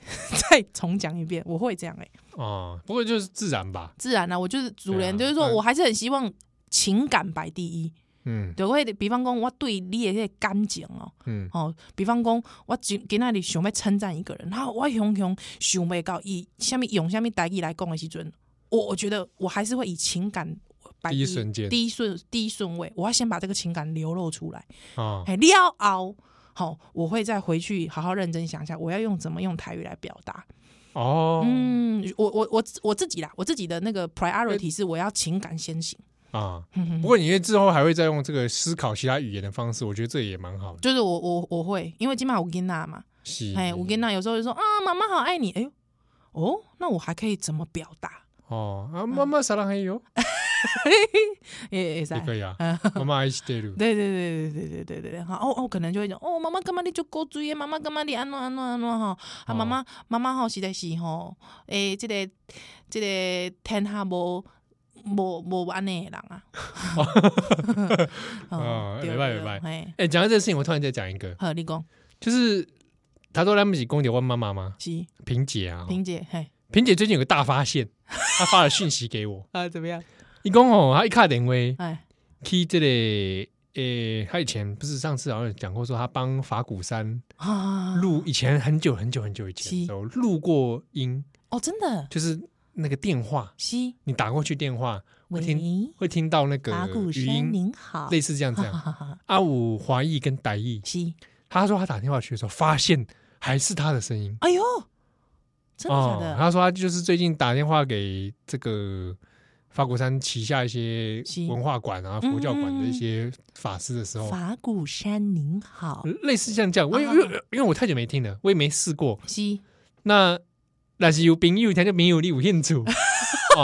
再重讲一遍，我会这样哎、哦，不过就是自然吧，自然啊，我就是主对啊人，就是说嗯我还是很希望情感摆第一。嗯就我会比方讲，我对你的迄个感情哦，嗯，哦，比方讲，我今今仔日想要称赞一个人，然后我雄雄想袂到以下面用下面代意来讲的时阵，我我觉得我还是会以情感摆第一瞬间第一顺第一顺位，我要先把这个情感流露出来，啊，哎，撩熬。好、我会再回去好好认真想一下，我要用怎么用台语来表达。哦，哎嗯，我我我我自己啦，我自己的那个 priority 是我要情感先行，啊，不过你因为之后还会再用这个思考其他语言的方式，我觉得这也蛮好 <laughs> 的，就是我我我会，因为今晚我跟娜嘛，是，哎，我跟娜有时候就说啊，妈妈好爱你，哎呦，哦，那我还可以怎么表达？哦啊，妈嗯妈啥人还有，也也也在，可以 <laughs> 啊，妈妈还是得路，对对对对对对对对对，好，哦哦，可能就会讲，哦，妈妈干嘛你就够注意，妈妈干嘛你安怎安怎安怎哈，啊，哦妈妈妈妈吼实在是吼，诶，这个这个天下无无无安尼的人 <laughs> 啊。哦对明白对明白嘿，哎，讲到这个事情，我突然再讲一个，好，你讲就是他说他们是公姐问妈妈吗？是萍姐啊，萍姐，嘿，萍姐最近有个大 <laughs> 发现，她发了讯息给我，啊怎么样？一共哦，她一卡点位哎，去这里，诶，她以前不是上次好像有讲过，说她帮法鼓山啊，录，以前很久很久很久以前的时候录过音，哦，真的就是那个电话，是你打过去电话会听喂会听到那个打鼓语声，音，您好，类似这样这哈 <laughs> 样。哈哈，阿武华裔跟傣裔，是，他说他打电话去的时候发现还是他的声音。哎呦，真的假哦的？他说他就是最近打电话给这个法国山旗下一些是文化馆啊、佛教馆的嗯嗯嗯一些法师的时候，法鼓山您好，类似像这样，我因啊为因为因为我太久没听了，我也没试过。是那那是有朋友，他就朋友你有兴 <laughs> 趣哦，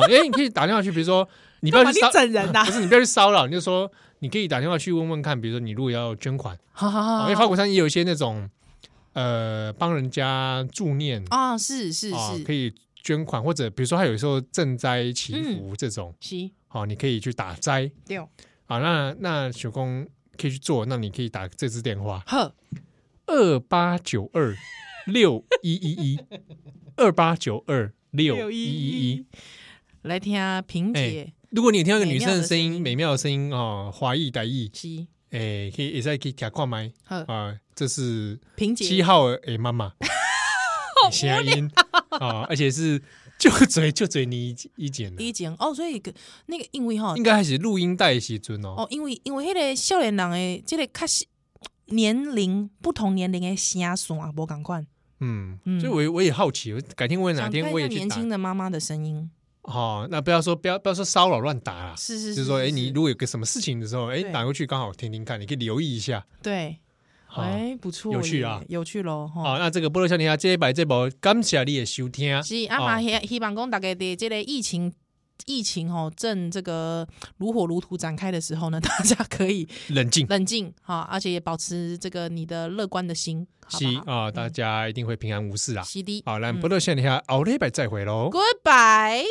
因为你可以打电话去，比如说你不要干嘛去你骚，整人啊呐不？是你不要去骚扰，你就说你可以打电话去问问看，比如说你如果要捐款，好好哦好因为法国山也有一些那种呃帮人家助念啊，是是啊、是可，以捐款，或者比如说他有时候赈灾祈福这种，是好、你可以去打斋对，哦啊。那那小工可以去做，那你可以打这支电话呵，二八九二六一一一 <laughs> 二八九二六一一一。来听萍姐如果你有听到一个女美妙生的的声声音，音美妙的声音哦，华裔、傣裔，是诶、可以也在可以听看麦呵，啊，这是啊萍七姐号诶妈 <laughs> 妈，谐音啊，而且是就嘴就嘴你一一剪的第，一集哦，所以个那个因为哈应该还是录音带的时阵哦。哦，因为因为迄个少年人的即个较是年龄不同年龄的声线也无共款，嗯，嗯所以我也我也好奇，我改天我也哪想天看我一下也去年打轻的妈妈的声音，哦。那不要说不要不要说骚扰乱打啦，是就是是说，哎，你如果有个什么事情的时候，哎，对打过去刚好听听看，你可以留意一下。对，好哎，不错耶，有趣啊有趣咯，吼。好，那这个波罗小尼亚这一百这波，感谢你的收听。是啊哦嘛，希希望讲大家的这个疫情。疫情吼、正这个如火如荼展开的时候呢，大 <laughs> 家可以冷静冷静哈、而且也保持这个你的乐观的心，好是不好啊，大家一定会平安无事啦。 ？C D，好，那波罗小尼亚奥礼拜再会喽。 ，Goodbye。